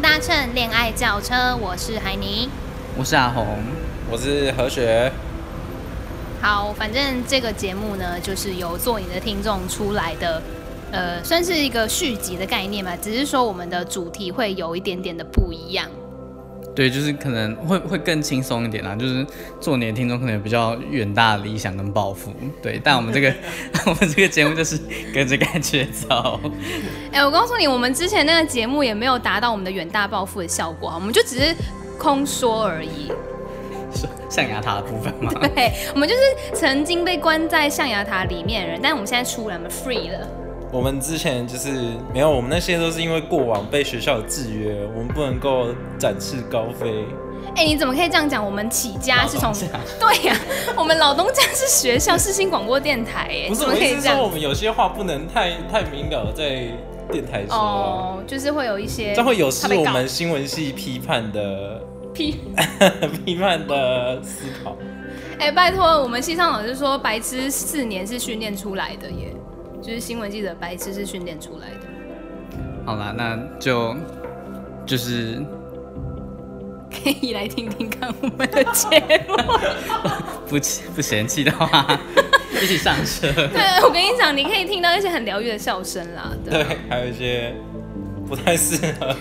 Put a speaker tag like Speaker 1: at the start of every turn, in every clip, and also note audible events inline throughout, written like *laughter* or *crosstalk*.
Speaker 1: 搭乘恋爱轿车，我是海尼。
Speaker 2: 我是阿红，
Speaker 3: 我是何雪，
Speaker 1: 好，反正这个节目呢，就是由做你的听众出来的，呃，算是一个续集的概念吧，只是说我们的主题会有一点点的不一样。
Speaker 2: 对，就是可能会会更轻松一点啦，就是做你的听众可能有比较远大的理想跟抱负，对，但我们这个 *laughs* 我们这个节目就是跟着感觉走，
Speaker 1: 哎、我告诉你，我们之前那个节目也没有达到我们的远大抱负的效果啊，我们就只是空说而已。 *laughs*
Speaker 2: 是象牙塔的部分嘛，
Speaker 1: 对，我们就是曾经被关在象牙塔里面的人，但我们现在出来，我们 free 了。
Speaker 3: 我们之前就是没有，我们那些都是因为过往被学校制约，我们不能够展翅高飞。
Speaker 1: 哎、你怎么可以这样讲？我们起家是从
Speaker 2: 老东家
Speaker 1: 对呀、我们老东家是学校，是新广播电台耶，
Speaker 3: 不是
Speaker 1: 怎么
Speaker 3: 我
Speaker 1: 可
Speaker 3: 意
Speaker 1: 以
Speaker 3: 思
Speaker 1: 这
Speaker 3: 是
Speaker 1: 样
Speaker 3: 说，我？们有些话不能太太敏感了，在电台说，
Speaker 1: 哦，就是会有一些，
Speaker 3: 这样会有失
Speaker 1: 怕被
Speaker 3: 我
Speaker 1: 告
Speaker 3: 们新闻系批判的 *laughs*
Speaker 1: 批。
Speaker 3: 批判的思考。
Speaker 1: 哎、拜托，我们系上老师说，白痴四年是训练出来的耶，就是新闻记者白痴是训练出来的。 *laughs*
Speaker 2: 好啦，那就就是
Speaker 1: 可以来听听看我们的节
Speaker 3: *laughs*
Speaker 1: 目。
Speaker 2: 不气不嫌弃的话， *laughs* 一起上
Speaker 1: *laughs*
Speaker 2: 车，
Speaker 1: 对，我跟你讲，你可以听到一些很疗愈的笑声啦，对，
Speaker 3: 对，还有一些不太适合，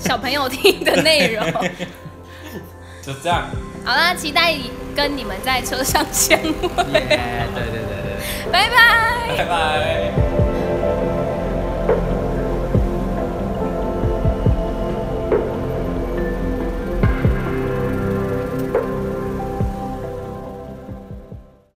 Speaker 1: 小朋友听的内
Speaker 3: *laughs*
Speaker 1: 容。
Speaker 3: 就这样。
Speaker 1: 好啦，期待跟你们在车上相会，
Speaker 3: *laughs*
Speaker 2: 耶对对对对。
Speaker 1: 拜拜。
Speaker 3: 拜拜。